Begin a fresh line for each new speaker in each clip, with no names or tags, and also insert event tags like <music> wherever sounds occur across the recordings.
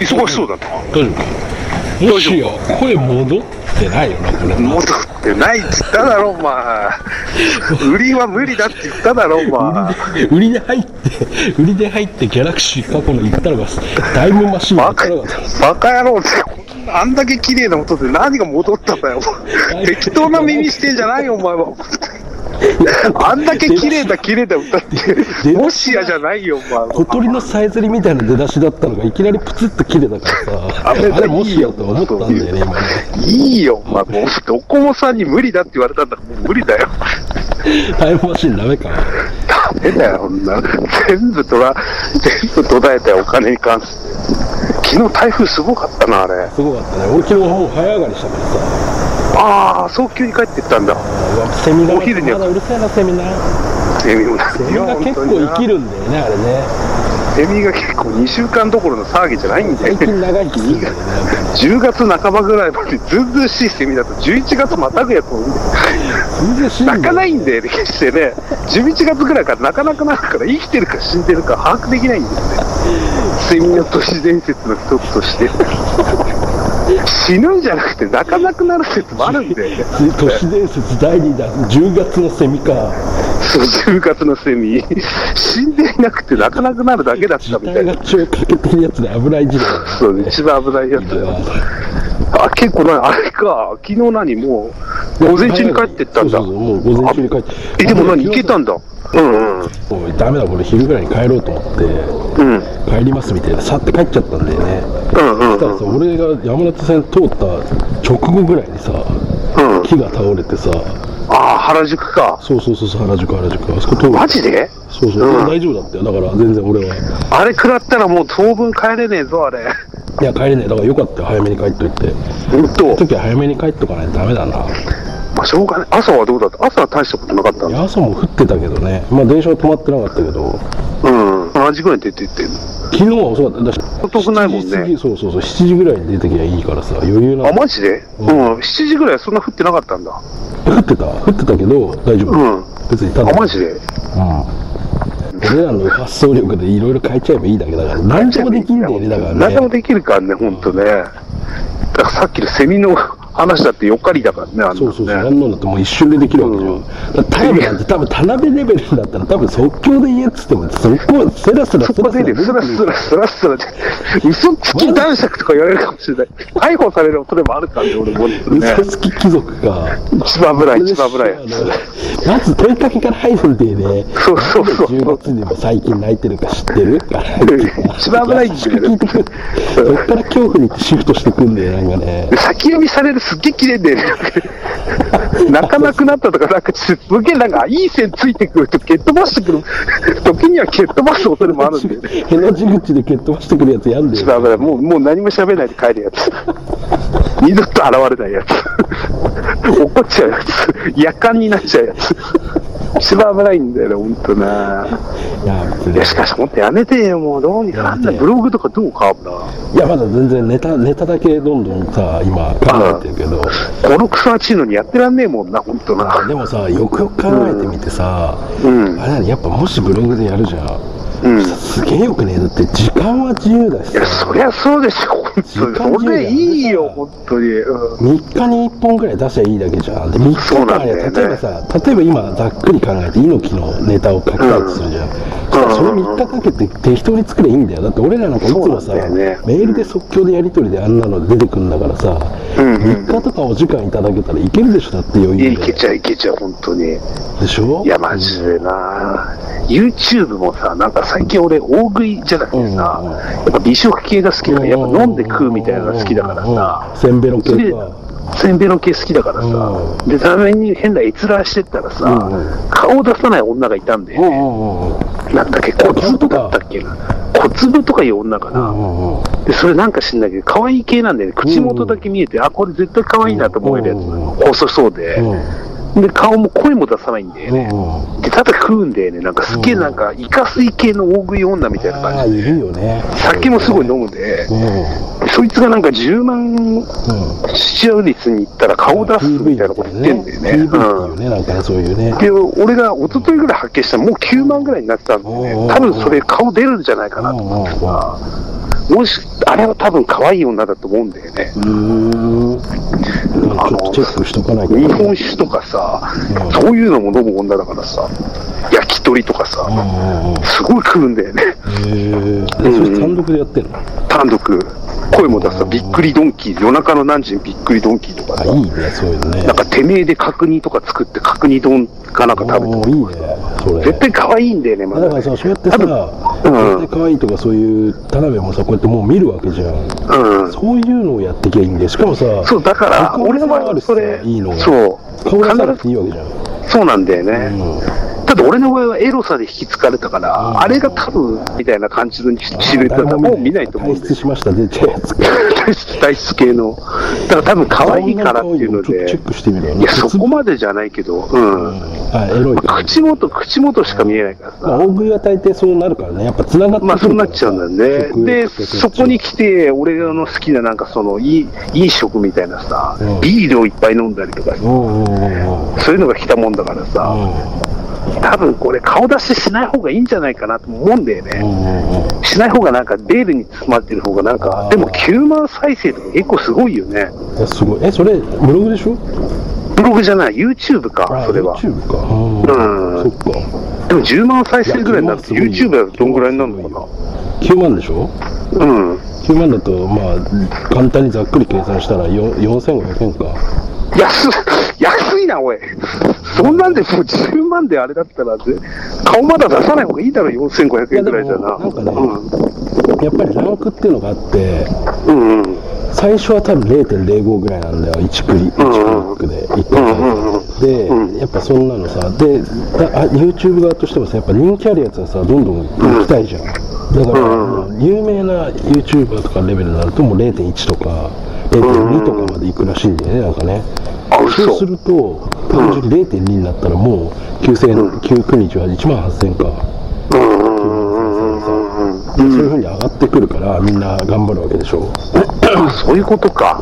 忙しそうだな。
大丈夫かもしよ、声戻ってないよな、これな
戻。ってないって言っただろ、お前。売りは無理だって言っただろ、お前。
売りで入って、売りで入ってギャラクシー過去の行ったのが、だいぶマシにな
バ
った
カ
のが、、
バカ野郎って、あんだけ綺麗な音で何が戻ったんだよ、お前適当な耳してんじゃないよ、お前は。あんだけ綺麗だ、綺麗だ歌って、もしやじゃないよ、お前は。
小鳥のさえずりみたいな出だしだったのが、いきなりプツッと切れたからさ、あ
あれ
れもしよと思ったんだよね、今ね。
いいよ、お前。もう、ドコモさんに無理だって言われたんだから、もう無理だよ。
タイムマシンダメか。
ダメだよ、こんな。全部とら、全部途絶えたよ、お金に関して。昨日台風すごかったな、あれ。
すごかったね。俺昨日もう早上がりしたからさ、
ああ、早急に帰ってったんだ。
うわセミが、
お昼に
まだうるせえな、セミな。
セミもな。
セミが結構生きるんだよね、あれね。
セミが結構2週間どころの騒ぎじゃないんだ
最
よ。
近長生きするんだよね、やっぱり。
10月半ばぐらいまでずうずうしいセミだと11月またぐやつもいるんだよ
全然死んだよ
泣かないんだよね、決してね、11月ぐらいから泣かなくなるから、生きてるか死んでるか把握できないんですね、セミの都市伝説の一つとして、死ぬんじゃなくて、泣かなくなる説もあるんだよね、
都市伝説第2弾10月のセミか
そう10月のセミ、死んでいなくて泣かなくなるだけだった
時
みた
代
いな
が、血をかけてるやつで危ない時代だ
そう一番危ないやつだよ。あ、結構な、あれか、昨日何、もう、午前中に帰ってったんだ
そう。そうそうもう午前中に帰って
え、でも何、行けたんだ。うんうん。
もうダメだこれ昼ぐらいに帰ろうと思っ
うん。
て帰りますみたいなさって帰っちゃったんだよね
うんう
そし
ん
たらさ俺が山手線通った直後ぐらいにさ
うん。
木が倒れてさ
ああ、原宿か。
そうそうそうそう原宿原宿あそこ通る
マジで
そうそう、
うん
大丈夫だったよだから全然俺は
あれ食らったらもう当分帰れねえぞ、あれ。
いや帰れないだからよかったよ早めに帰っといて
ほんと。
時は早めに帰っとかないとダメだな
まあ、しょうがない。朝はどうだった朝は大したことなかった
い
んだ。
や朝も降ってたけどね、まあ、電車は止まってなかったけど、
うん。何時ぐらいに出てってんの
昨日は遅かった、だし
遠くないもん
7時過ぎ
ね。
そうそうそう、7時ぐらいに出てきゃいいからさ、余裕な
あ、
の
マジでうん。7時ぐらいはそんな降ってなかったんだ。
降ってた、降ってたけど、大丈夫、
うん。
別にただ、
あ、マジで
うん、俺らの発想力でいろいろ変えちゃえばいいだけだから、何でもできんだよね、だから
何でも
ね、
できるからね、ほんとね。だからさっきのセミの話だってよっかりだからね、あんなのね。
そうそうそう、あんなのってもう一瞬でできるわけじゃん、だからタイムなんて、多分田辺レベルだったら、多分即興で言えっつっても、そこ、せらせら、
そこでね、スラスラスラスラで、嘘つき男爵とか言われるかもしれ
<laughs>
ない。逮捕される恐れもあるからね、俺も、ね。
嘘つき貴族か。
一番危ない、一番危ない。
まず問いかけから入るんでね。
そうそうそう
10月にも最近泣いてるか知ってる
一番危ないんだよね
聞いてくる。そっから恐怖にシフトしてくんだよ、なんかね。
先読みされるすっげえ綺麗で、泣かなくなったとか、なんかすっげえなんかいい線ついてくると蹴っ飛ばしてくる。時には蹴っ飛ばす恐れもあるんだよね。
への字口で蹴っ飛ばしてくるやつやんだ
一
よ。
番危ない。もう、もう何も喋らないで帰るやつ。二度と現れないやつ。怒っちゃうやつ。夜間になっちゃうやつ。一番危ないんだよね、ほんとな。
いや、別
い
に
や、しかし、ほんとやめてよ、もう。どうにかなんだ。ブログとかどうかな。
いや、まだ全然ネタ、ネタだけどんどんさ、今考えてるけど。
5、6、3、チーのにやってらんねえもんな、ほんとな。
でもさ、よくよく考えてみてさ、
うん
あれだねやっぱもしブログでやるじゃん。
うん。い
すげえよくねだって時間は自由だしさ
や、そりゃそうでしょ、ほんと
時間自由
に。そ
だよね
れいいよ、ほんとに。うん。
3日に1本ぐらい出しゃいいだけじゃん。で、3日
そうなんだよね
間あれば例えばさ、例えば今、ざっくり考えて、猪木のネタを書きたいとするじゃん。そしたらそれ3日かけて適当に作ればいいんだよ。だって俺らなんかいつもさ、
そうなんだよね
メールで即興でやり取りであんなの出てくんだからさ、
うん
3日とかお時間いただけたらいけるでしょ、だって余
いや、
裕
いけ
で。
ちゃう、いけちゃう、ほんとに。
でしょ
いや、マジでな、YouTube もさ、なんか最近俺、大食いじゃなくてさ、
うんうんうん
やっぱ美食系が好きだから、やっぱ飲んで食うみたいなのが好きだからさ、
せんべろ系
それで
か。、
せんべろ系好きだからさ、で、画面に変な閲覧してったらさ、
うんう
顔を出さない女がいたんで、
うんうんうん
なんだっけ、小粒だったっけな。小粒とかいう女か
う
な、
んうん
で、それなんか知んないけど、可愛い系なんだよね。口元だけ見えて、あ、これ絶対可愛いなと思えるやつ。
うんうん
細そうで、
うん
で、顔も声も出さないんだよね。
うんうん
で、ただ食うんだよね。なんかすげえなんか、イカ水系の大食い女みたいな
あ
感
あ、
じ
いるよね。
で。酒もすごい飲むんで、
うん。
そいつがなんか10万
う
視聴率に行ったら顔出す
ん。
みたいなこと言ってんだよね。
PV って
うん
いうね、なんかね、そういうね。
で、俺が一昨日ぐらい発見したらもう9万ぐらいになってたんで、
おー
ね、多分それ顔出るんじゃないかなと思ってさ、もし、あれは多分可愛い女だと思うんだよね。
うん。ちょっとチェックしとかないと。
日本酒とかさ、そういうのも飲む女だからさ、焼き鳥とか
う
さ、
んうんうん。
すごい食うんだよね。
へえ。で、それ単独でやってるの
単独、声も出すさ、びっくりドンキー、夜中の何時にびっくりドンキーとか
あ、
さ
い、いね、そういうのね。
なんかてめえで角煮とか作って角煮丼かなんか食べて
お
る
ーいいね、それ。
絶対可愛いんだよね、ま
だから
だ。
さ、そうやってさ、
多分
絶対可愛いとかそういう、田辺もさ、こうやってもう見るわけじゃん。
うん。
そういうのをやってきゃいいんで、しかもさ、
そう、だから、
僕
俺の場合はそれ、
いいのが
そう、
顔出さなく
必
ていいわけじゃん。
ず、そうなんだよね。
うん
ただ俺の場合はエロさで引きつかれたから、
ん
あれが多分、みたいな感じのシルエットだったらもう見ないと思うん
退
だよ。
出しました、出ちゃうやつ。
<laughs> 体質体質系の。だから多分可愛いからっていうの
ちょっとチ
で
ェッ、クしてみるよね。
いや、そこまでじゃないけど、うん。
あ、エロいから。
口元、口元しか見えないから
ま
さ。
あ、大食いは大抵そうなるからね、やっぱ繋がってくる
まあそうなっちゃうんだよね。で、
食欲
そこに来て、俺の好きななんかその、いい飲食みたいなさ
うん、
ビールをいっぱい飲んだりとか、
うんうんうんうん。
そういうのが来たもんだからさ、多分これ顔出ししない方がいいんじゃないかなとも思うんだよ
う
ね。
んうんうんうん
しない方がなんかベールに包まれてる方がなん
あ
か
ー、
でも9万再生とか結構すごいよね。
いやすごい。え、それ、ブログでしょ
ブログじゃない、YouTube か、それは。
YouTube か。
う
そ
ん
っか。
でも10万再生ぐらいになると
いやす
YouTube
ごいよ
だとどんぐらいになるの
9万でしょ
かなうん。
9万だと、まあ、簡単にざっくり計算したらよ4500円か。
安、安いな、おい。そんなんでもう10万であれだったら、ぜ顔まだ出さない方がいいだろ、4500円ぐらいじゃ
い
な。
やでもなんやっぱりランクっていうのがあって、
うん。うんうん。
最初は多分0.05ぐらいなんだよ、1クリ、1クリックで。一
う
回
んうんうん。
で、やっぱそんなのさ、で、だあ YouTube 側としてもさ、やっぱ人気あるやつはさ、どんどん行きたいじゃん。だから、有名な YouTuber とかレベルになると、もう0.1とか、0.2とかまで行くらしいんだよね、なんかね。
あ、嘘。
そうすると、単純に0.2になったら、もう9000、99日は1万8000か。
うんうんうんうんうんうん。
そういうふうに上がってくるから、みんな頑張るわけでしょ。
あそういうことか。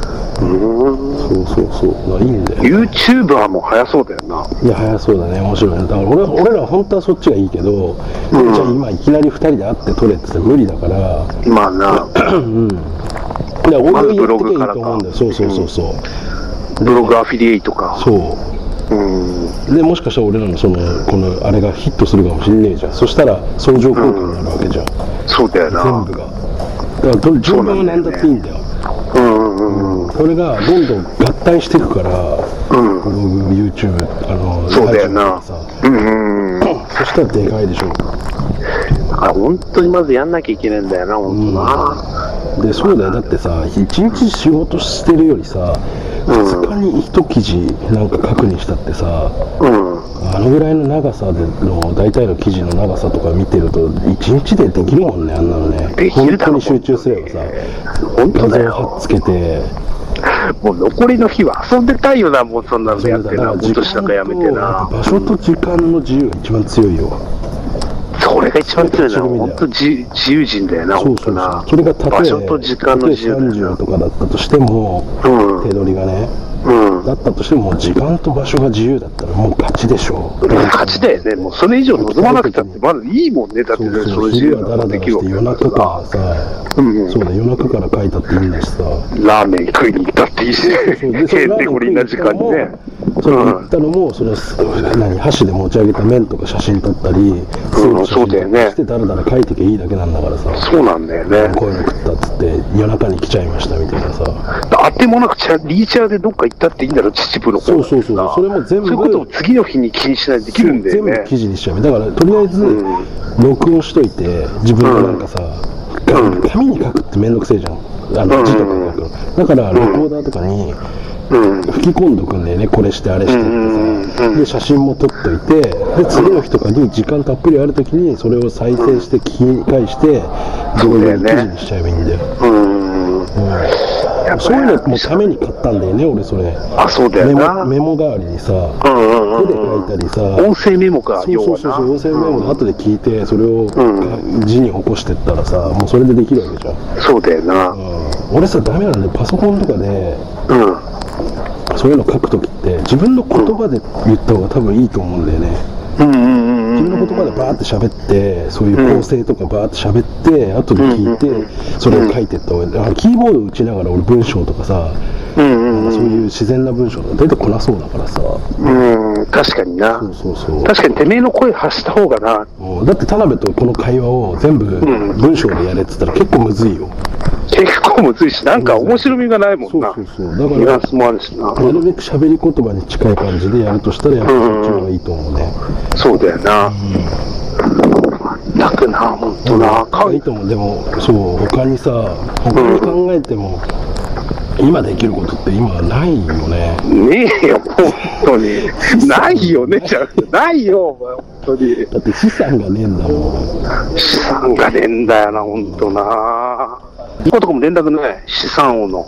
そうそうそう。いいんだよ。
YouTuber も早そうだよな。
いや、早そうだね。面白いね。だから俺は俺らは本当はそっちがいいけど、じゃあ今いきなり2人で会って撮れって言ったら無理だから、だ
まあな、
から俺
ま
が
ず
言
ブ
っ
ロ
てけばい
グ
い
からか
と思うんだよ。そうそうそうそう。
ブログアフィリエイトか。
そう。
うん。
で、もしかしたら俺らのその、この、あれがヒットするかもしんねえじゃん。そしたら相乗効果になるわけじゃん。
そうだよ
全
な。
部が。だからど、順番は何だっていいんだよ。
うんうんうん。
それがどんどん合体していくから、
うん
ブログ、YouTube、あの、
そうだよな
YouTube とかさ
うんうん。だ
そしたらでかいでしょ。
から本当にまずやんなきゃいけないんだよな、本当な。
でそうだよだってさ一日仕事してるよりさ2日に一記事なんか書くにしたってさ
うん。
あのぐらいの長さでの大体の記事の長さとか見てると一日でできるもんねあんなのね
でき
本
るだ
当
ろ
に集中すればさ
本
画
当だ
像を貼っ
よ。
つけて
もう残りの日は遊んでたいよな、もうそんなのやっ
だ
てな。今年なんかやめて
あと
な。
場所と時間の自由が一番強いよ
それが一番強いな。
そういう意味
本
だよ
当自自由人だよな、
そ
本
うそうそ
当
う
な。
それがたとえ
場所と時間の自由だ
30
よ
とかだったとしても
な。う
手。
ん
取りがね
うん。
だったとしても時間と場所が自由だったらもう勝ちでしょ
勝ちだよね。もうそれ以上望まなくたって、まだいいもんね。だって、
そう
ね、そ
そ
の
う
自
昼
由
は
な
ダ
こ
ラ
と
ダ
で
ラ
きる
し
わ
て
け
夜
だ
中
か
からさ、
ら。うんうん
そうだ夜中から書いたっていいんだしさ
ラーメン食いに行ったっていいしね。
そう
へ
そ
ん
の
てこりんな時間にね。
その行ったのもその何箸で持ち上げた麺とか写真撮ったり
うんそうだよね
してダラダラ書いてけいいだけなんだからさ
そうなんだよね。
こういうの食ったっつって夜中に来ちゃいましたみたいなさ
あてもなくちゃ、リーチャーでどっか行ったっていいんだろ、秩父の方
そうそうそうそれも全部
そういうことを次の日に気にしないでできるんだ
全
よ
部
ね。
記事にしちゃうだからとりあえず
うん
録音しといて自分のなんかさ、
うん
紙に書くってめんどくせえじゃんあ
う
の
ん
字とかに書くのだからレコーダーとかに
うん。
吹き込んどくんだよねこれしてあれしてってさ、
うんうんうん
で写真も撮っといてで次の日とかに時間たっぷりある時にそれを再生して聞き返して自分の記事にしちゃえばいいんだよ、
うん。
うん
やっぱり
そういうのもために買ったんだよね、俺それ。
あ、そうだよ
メ
な。
モ
うん
メモ代わりにさ、
うん
手で
うん
書いたりさ、
音声メモか、
そう
要
そう
は
そう
な
そう、。音声メモの後で聞いて、それを
う
字に起こしてったらさ、もうそれでできるわけじゃん。
そうだよな。
うん俺さ、ダメなんで、パソコンとかで、
うん。
そういうの書くときって、自分の言葉で言った方が多分いいと思うんだよね。
うんうんうんうん。
自分の言葉でバーって喋って、そういう構成とかバーって喋って、後で聞いて、それを書いてった方がいい。だからキーボード打ちながら俺文章とかさ、
うんうん
そういう自然な文章とか出てこなそうだからさ。
うん。うん、確かにな
そ。うそうそう。
確かにてめえの声発した方がな、
うんだって田辺とこの会話を全部
ん
文章でやれって言ったら結構むずいよ。
結構むずいし、なんか面白みがないもんな。
そうそうそうだから
ニュアンスもあるしな。
なるべく喋り言葉に近い感じでやるとしたらやっぱそっちの方がいいと思うね。
そうだよな。なくな、ほんとな。か
いいと思う。でも、そう、他にさ、他に考えても、今できることって今はないよね。
ねえよ、本当に。ないよね、じゃなくてないよ、お前、本当に。
だって資産がねえんだもん。
資産がねえんだよな、本当な。今とかも連絡ない、資産王の。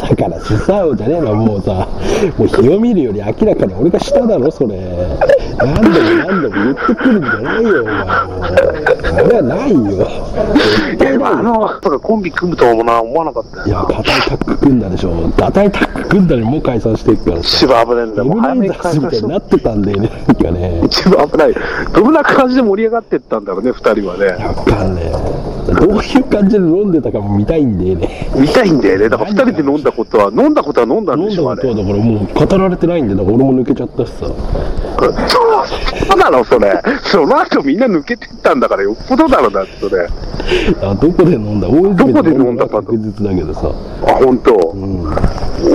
だから資産王じゃねえのはもうさ、もう日を見るより明らかに俺が下だろ、それ。何度も何度も言ってくるんじゃないよ、お前もう。あれはないよ。
いや、でもあの、とかコンビ組むともな、思わなかったよ
いや、
な。
硬いタック組んだでしょ。硬いタック組んだにもう解散していくからさ。
一番危ないんだ
エ
よ、もう
ムラ
早
イ
め
ザ
に
ー
解
ズみ
散
たいに
しろ
なってたんだよね。なんかね。
一番危ない。どんな感じで盛り上がってったんだろうね、二人はね。
わかんねえよ。どういう感じで飲んでたかも見たいんだよね。
見たいんだよね。だから二人で飲んだことは、飲んだことは飲んだん
飲
で
ん
し
だ
ょ、あ
こ
れ
と。はだからもう語られてないんで、だから俺も抜けちゃったしさ。
そうだろ、それ。その後みんな抜けてったんだから、よっぽどだろ、だってそれ。
あどこで飲んだ大泉
どこで飲んだかと
確実だけどさ。
あ、本当。
うん。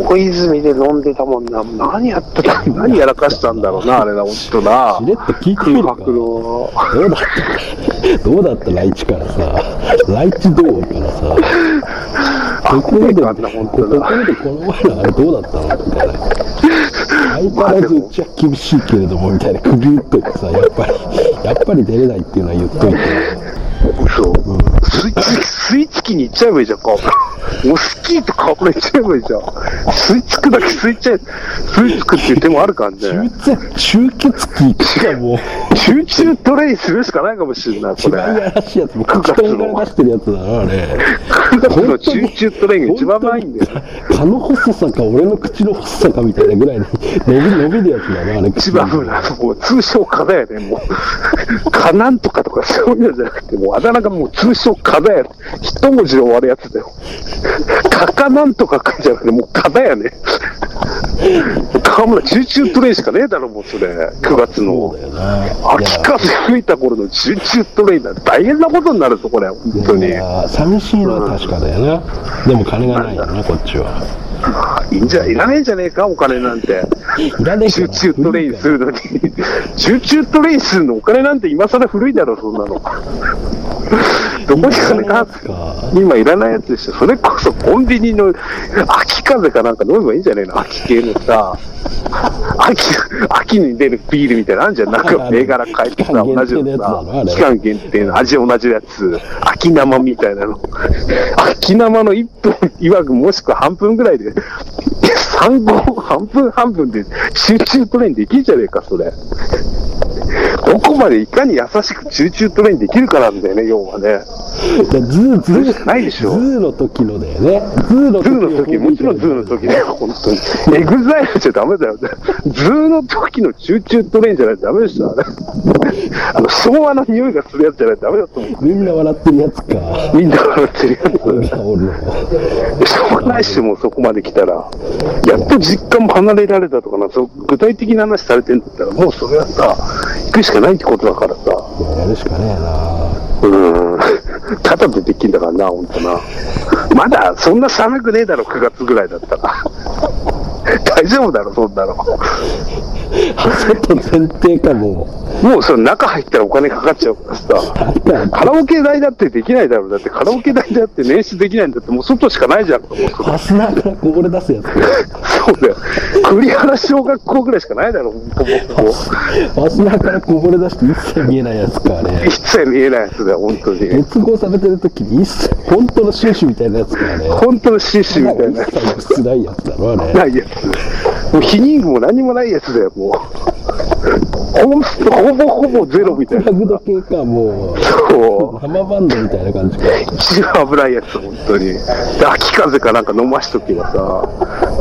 大泉で飲んでたもんな。何やってた何やらかしたんだろうな、あれな、ほんとな。
しれっと聞いてみる
空
か。
白
どう
の。
だったどうだったライチからさ。ライチどうからさ。ところで、ところでこの前の
あんなもんだ
あれどうだったのみたいな。相変わらずうちは厳しいけれども、みたいな首打っといてさ、やっぱり、やっぱり出れないっていうのは言っといて。
嘘。スイッチ、スイッチ機に行っちゃえばいいじゃん、か。もうスキーとか、これ行っちゃえばいいじゃん。スイッチクだけスイッチ、スイッチクっていう手もあるから
中
ね。
絶、中血期しかもう、
集中トレインするしかないかもしれない、
一
これ。
番
<laughs>
やらしいやつ、もう口とんがら出してるやつだな、あれ。
9月の集中トレインが一番ないんだよ。
蚊の細さか、俺の口の細さかみたいなぐらいの、伸び、伸びるやつだな、あれ。
一番危ない。もう通称課だよね、もう。 <laughs> 課なんとかとかそういうのじゃなくて、もうあだ名がもう通称課だよ、ね。一文字で終わるやつだよ。課かなんとかかじゃなくて、もう課だよね。河村、集中トレインしかねえだろ、もうそれ。9月
そう
の。
だよな。い
秋風吹いた頃の集中トレインだ。大変なことになるぞ、これ。本当
や、
に。
い
ま
や寂しいのは確かだよな。でも金がないよな、こっちは。
あいいんじゃ、いらねえんじゃねえか、お金なんて。
いらねえか
集
ら
中トレインするのに、集中トレインするのお金なんて今更古いだろ、そんなの。どこに金が
か
今いらないやつでしょ。それこそコンビニの秋風かなんか飲めばいいんじゃねえの秋系のさ、秋、秋に出るビールみたいなのあるじゃん。なんか銘柄変えて
期
さ、
間限
同じ
定のやつだ
のさ
ろあ、れ
期間限定の味同じやつ、秋生みたいなの。秋生の1分、いわくもしくは半分ぐらいで、3合、半分半分で集中トレインできるじゃねえか、それ。どこまでいかに優しく集中トレインできるかなんだよね、要はね。
だからズー、ズ
しか
ー、
ないでしょ
ズーの時のだよね。ズーの時
ズーの時、もちろんズーの時ね、本当に。エグザイルじゃダメだよ。ズーの時の集中トレインじゃないとダメでした。あれあの、昭和の匂いがするやつじゃないとダメだと思う。
みんな笑ってるやつか。
みんな笑ってるや
俺らおるの。
つ。しょうがないし、もうそこまで来たら。やっと実家も離れられたとかな、そう具体的な話されてんだったら、もうそれはさ、行くしかないってことだからさ。
いややるしかねえな
うん。ただでできんだからな、ほんとな。まだ、そんな寒くねえだろ、9月ぐらいだったら。大丈夫だろ、そんなの。
ちょっと前提かも
もうそれ中入ったらお金かかっちゃうからさ。
う。だか
カラオケ代だってできないだろう。だってカラオケ代だって捻出できないんだってもう外しかないじゃん。もうそ
ら、ファスナーからこぼれ出すやつ。フ
そうだよ。栗原小学校ぐらいしかないだろ、ほんともうここ。
ァスナーからこぼれ出して一切見えないやつか、あれ。
一切見えないやつだよ、本当に。
熱合されてる時に一切、本当の収集みたいなやつからね。
本当の紳士みたいなや
一切露出ないやつだろ、あ
つ。
れ。
ないやつ。もう、避妊具も何もないやつだよ、もう。ほんとほぼほぼゼロみたい
ラ
な。
<laughs> グド系か、もう。
そう。
生バンドみたいな感じか。
一番危ないやつ、本当に。で秋風かなんか飲ましとけばさ、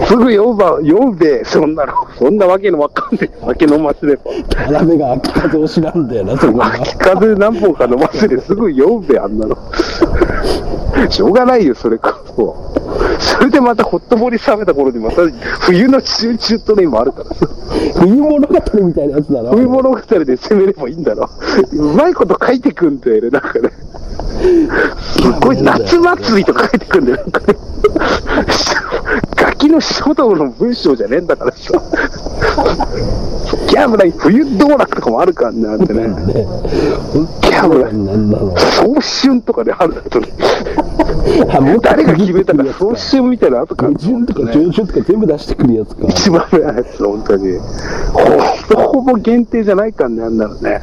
すぐ酔うば、酔うべ、そんなの、そんなわけのわかんない酒飲ませれば。
ラメが秋風推しなんだよな、そこが。
秋風何本か飲ませてすぐ酔うべ、あんなの。しょうがないよ、それこそ。それでまたほっとぼり冷めた頃にまた冬の中中とね、今あるからさ。
冬物語みたいなやつだな。
冬物語で攻めればいいんだろ。うまいこと書いてくんだよね、なんかね。すごい夏祭りとか書いてくんだよ、なんかね。ガキの書道の文章じゃねえんだからさ。ギャンブライ冬道楽とかもあるからね、なんてね。
ね。本
ギャンブラ
当になんなの。
総春とかで春だとね、
あ、も
誰が決めた
か
か総春みたいな後から
矛盾とか上旬とか全部出してくるやつか。
一番目のやつ、本当に。ほぼほぼ限定じゃないからね、あんなのね。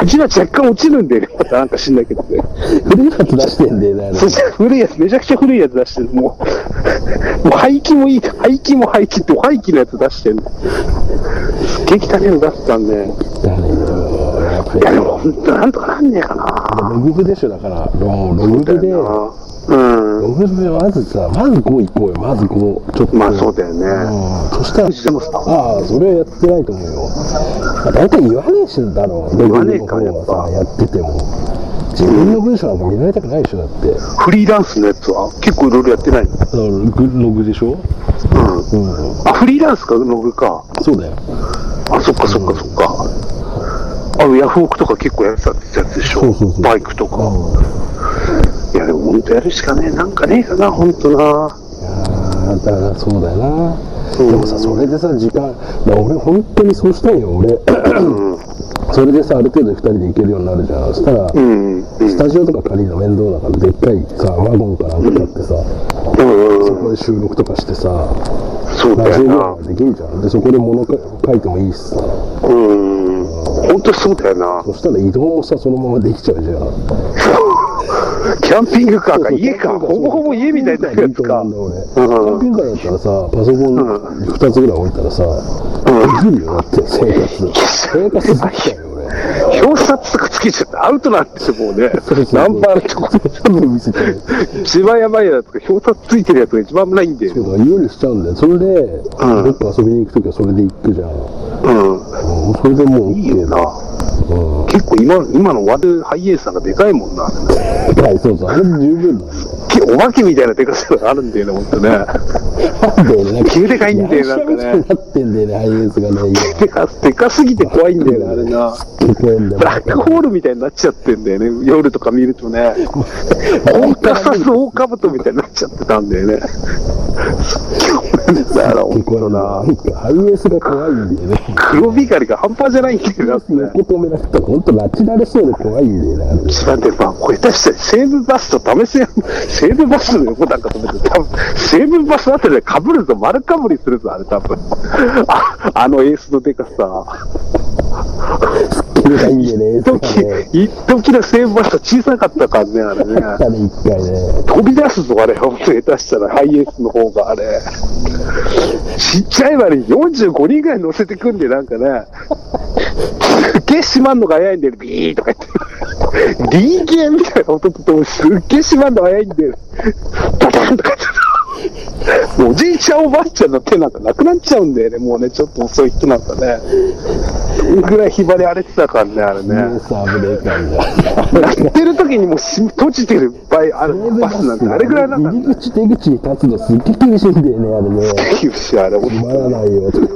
味は若干落ちるんだよね、またなんか知んないけどね。
古いやつ出してんだよね、あれ
そしたら古いやつ、めちゃくちゃ古いやつ出してる。もう、 <laughs> もう廃棄もいい、廃棄も廃棄って、廃棄のやつ出してる。すっげえ汚いの出してたんで。い
誰よ。やっぱり。
や、でも本当なんとかなんねえかな。
ログブでしょ、だから。もうログブで。ロ
うん。
グブでまずさ、まず5行こうよ、まず5。ちょっと。
まあそうだよね。
うんそしたら、
してますか
ああ、それはやってないと思うよ。まあ、大体言わねえしだろう、
言わねえか
レベルの方はさ、やってても。自分の文章なんか見られたくないでしょ、だって。
フリーランスのやつは結構いろいろやってないの
あのログログでしょ
う
う
ん。
ん。
あ、フリーランスか、ログか。
そうだよ。
あ、そっかそっかそっか。あの、ヤフオクとか結構やってたってやつでしょ。
そうそうそう
バイクとか。
うん。
いや、でも本当やるしかねえ。なんかねえかな、本当な。
ああ、だからそうだよな。
うん
でもさ、それでさ、時間、だ俺、本当にそうしたいよ、俺。それでさ、ある程度2人で行けるようになるじゃん。そしたら、
うん。うん。
スタジオとか借りるの面倒だから、でっかいさ、ワゴンかなんか買ってさ、
うんうん
そこで収録とかしてさ、
そうだ
ラジオ
よ
できるじゃん。で、そこで物か書いてもいいしさ。
な。うん。本当そうだよな。
そしたら移動もさ、そのままできちゃうじゃん。
キャンピングカーか家か。ほぼほぼ家みたいなやつか
いい。と思うんだ
う
俺。キ
ん
ャンピングカーだったらさ、パソコン2つぐらい置いたらさ、できるよ、だって生活。生活できちゃうよ、俺。
表札とかつけちゃってアウトなんですよ、もうね
そう。そう
ナンバーのとこ。
全部見せちゃう。
一番やばいやつとか、表札ついてるやつが一番危ないんだよ
け。ど、家にしちゃうんだよ。それで、どっか遊びに行くときはそれで行くじゃん。
うん。
うんそれでもう
いいよ
OK
な
だ。。うん。
結構今、今のワルハイエースさんがでかいもんな。
はい、そうそう。あれで十分なんだよ。
けお化けみたいなでかさがあるんだよね、ほんとね。
なんだよね、なんか
急でかいんだよなんかね
やんちゃみたいになってんだよね、ハイエースがね、今。
でか、でかすぎて怖いんだよね、あれな。
結構んだよ
ブラックホールみたいになっちゃってんだよね、夜とか見るとね。オンカサスオオカブトみたいになっちゃってたんだよね。すっげえ怖いんだよな、ほん
結構
と
んだよ
な。
なんかハイエースが怖いんだよね。
黒光りが半端じゃないんだよな、ね。
横止めなくて、ほんとナチュラルそうで怖いんだよね、あれね。
一番で、まあ、これ出して、西武バスと試せよ、西武バスの横なんか止めて、多分西武バスあたりで被るぞ、丸かぶりするぞ、あれ多分。あ、あのエースのでかさ。
切れないんだよね、エー
一時
スがね。、
一時の西武バスは小さかったからね、あれ
あっ
ね。
たね、一回ね。
飛び出すぞ、あれ、本当に下手したら、ハイエースの方が、あれ。ちっちゃい割に45人ぐらい乗せてくんで、なんかね。すっげえ閉まんのが早いんだよ、ビーとか言って。D ゲーみたいな音とともにすっげえ閉まんの早いんだよ。バタンとか言って。もうおじいちゃんおばあちゃんの手なんかなくなっちゃうんだよね、もうね、ちょっと遅い人なんかね。それぐらいひばり荒れてたからね、あれ
エ
ね
ー。ス危ねえからみたいな。
やってる時にもうし閉じてる場合ある、バスなんてあれぐらいなんだ
入り口出口に立つのすっげえ厳しいんだよね、あれね。
厳しい、あれ、本
閉まらないよとか。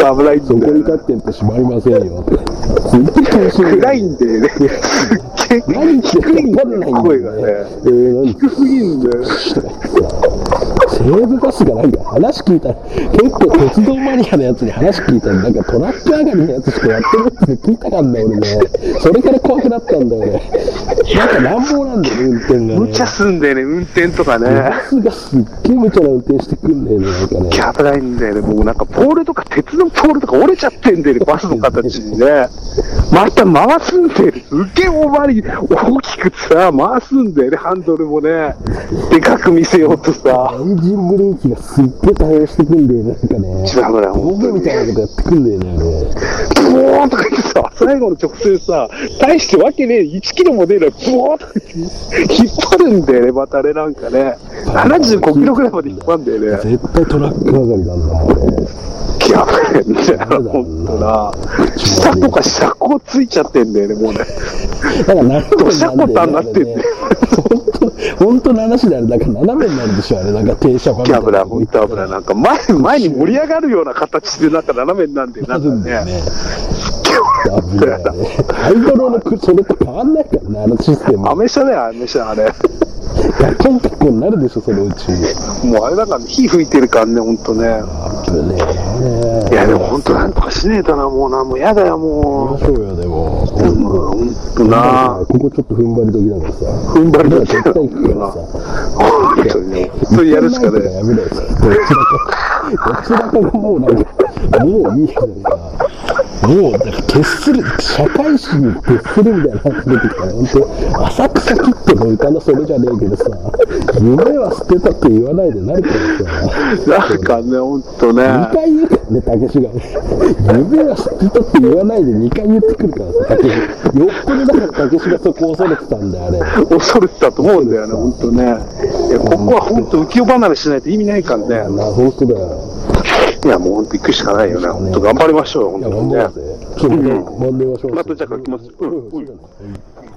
当危ないんだ
そこ
よ
に立
ね
ってると閉まりませんよとか。すっげえ厳しいんだよね。
暗いんだよね。すっげえ
何言って
低い
る
ん
か
だ
分かんない
よ、
んだ
声が
よね
ね。。
えー、何
低すぎんだよ。
とか言ってさ。西武バスがなんか話聞いたら、結構鉄道マニアのやつに話聞いたら、なんかトラック上がりのやつしかやってないって聞いたかんだ、俺ね。それから怖くなったんだ、俺。なんか乱暴なんだよね、運転がね。
無茶すんだよね、運転とかね
バ。スがすっげえ無茶な運転してくんだよね、なんかね。
キャブラインだよね、もうなんかポールとか、鉄のポールとか折れちゃってんだよね、バスの形にね。また回すんだよね、すっげえ大回り、大きくさ、回すんだよね、ハンドルもね。でかく見せようとさ。
エンジンブレーキがすっげえ対応してくんだよね、なんかね。
一番危ない
ボブみたいなことやってくんだよね、あれ。
ボーンとか言ってさ、最後の直線さ、大してわけねえ、1キロも出ない、ボーンとか引っ張るんだよね、またあれなんかね。75キロぐらいまで引っ張るんだよね。
絶対トラック上がりなんだもん、俺。
キャブみたいな、ほんとな。下とか車高ついちゃってんだよね、もうね。
だから斜め
どしゃこたになってんだよ
本当、本当の話であれ、なんか斜めになるでしょ、あれ。なんか停車場み
キ
たい
ャ
な
ブラ、ほんと危ない。なんか前、前に盛り上がるような形で、なんか斜めになんで、な
なるん
ん
だ
か
よ
ね。
ね。危ないね。ハイドロのくそれと変わんないからね、あのシステム。
アメ車だよ、アメ車、あれ。
ガチャンコになるでしょ、そのうち。
もうあれだから、火吹いてるからね、ほんとね。
危ねえ。
いや、でもほんとなんとかしねえとな、もうな、もうやだ
行
よ、も
きましょうよ、でも。
う。うん、ほんとな。
ここちょっと踏ん張り時だからさ。
踏ん張り時
絶対行くからさ。
ほんとにね。それやるしか
な
ね
い
え。
やめろよ。どちらか、どちらかがもうなんか、もういいよなんか、もう、なんか、決する、社会主義に決するみたいな話出てきたら、本当浅草切っての歌のそれじゃねえけどさ、夢は捨てたって言わないでなるからさ。
なんかね、ほんと
2
ね。
回言うからね、たけしが。夢は捨てたって言わないで2回言ってくるからさ、たけし。よっぽどだからたけしがそこを恐れてたんだよ、あれ。
恐れてたと思うんだよね、ほんとね。いや、ここはほんと浮世離れしないと意味ないからね。
まあ、本当だよ。
いや、もうほんと行くしかないよね。ほんと頑張りましょうよ、ほん
いや、頑張ろ
とにね
う。ぜ。ちょっと、頑張りましょう。
またじゃあ書きます
うんうんそうだね
うん